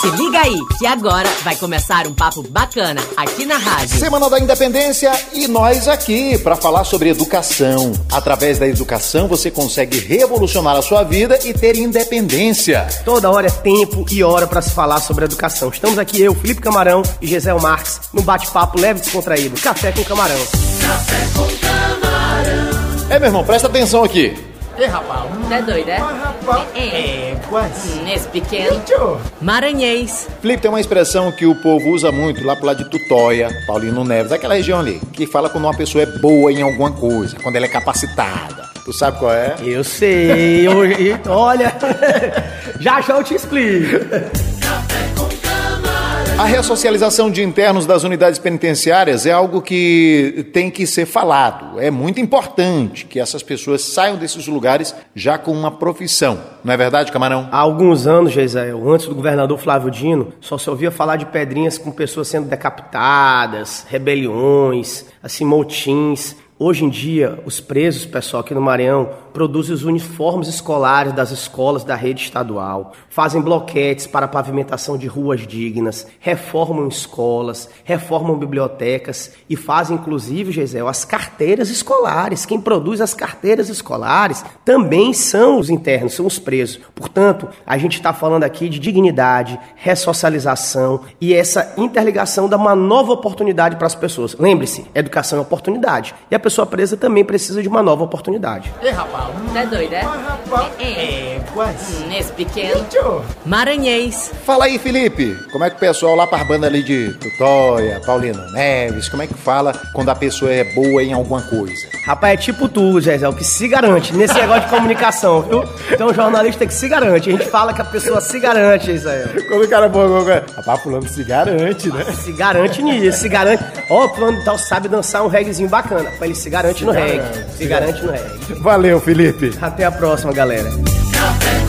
Se liga aí, que agora vai começar um papo bacana aqui na rádio. Semana da Independência e nós aqui para falar sobre educação. Através da educação você consegue revolucionar a sua vida e ter independência. Toda hora é tempo e hora para se falar sobre a educação. Estamos aqui eu, Felipe Camarão e Gisel Marques, num bate-papo leve e descontraído. Café com Camarão. Café com Camarão. É, meu irmão, presta atenção aqui. É, rapaz. Tá doida? É, rapaz. É, quase. Nesse pequeno. Maranhês. Felipe, tem uma expressão que o povo usa muito lá pro lado de Tutóia, Paulino Neves, aquela região ali, que fala quando uma pessoa é boa em alguma coisa, quando ela é capacitada. Tu sabe qual é? Eu sei. Eu, eu, olha, já já eu te explico. A ressocialização de internos das unidades penitenciárias é algo que tem que ser falado. É muito importante que essas pessoas saiam desses lugares já com uma profissão. Não é verdade, Camarão? Há alguns anos, Geisel, antes do governador Flávio Dino, só se ouvia falar de pedrinhas com pessoas sendo decapitadas, rebeliões, assim, motins. Hoje em dia, os presos, pessoal, aqui no Maranhão, produzem os uniformes escolares das escolas da rede estadual, fazem bloquetes para pavimentação de ruas dignas, reformam escolas, reformam bibliotecas e fazem, inclusive, Gisel, as carteiras escolares. Quem produz as carteiras escolares também são os internos, são os presos. Portanto, a gente está falando aqui de dignidade, ressocialização e essa interligação dá uma nova oportunidade para as pessoas. Lembre-se, educação é oportunidade. E a pessoa presa também precisa de uma nova oportunidade. É, rapaz. Tá doido, é? É, quase. Nesse pequeno. Maranhês. Fala aí, Felipe. Como é que o pessoal lá pra banda ali de Tutóia, Paulino Neves, como é que fala quando a pessoa é boa em alguma coisa? Rapaz, é tipo tu, Gisel, que se garante nesse negócio de comunicação, viu? Então, jornalista que se garante. A gente fala que a pessoa se garante, Gisel. Quando o cara é bom, como é? Rapaz, fulano se garante, né? Se garante nisso, se garante. Ó, oh, fulano tal sabe dançar um reggaezinho bacana. Ele se garante se no garante, reggae. Se, se garante, garante no reggae. Valeu, Felipe. Até a próxima, galera.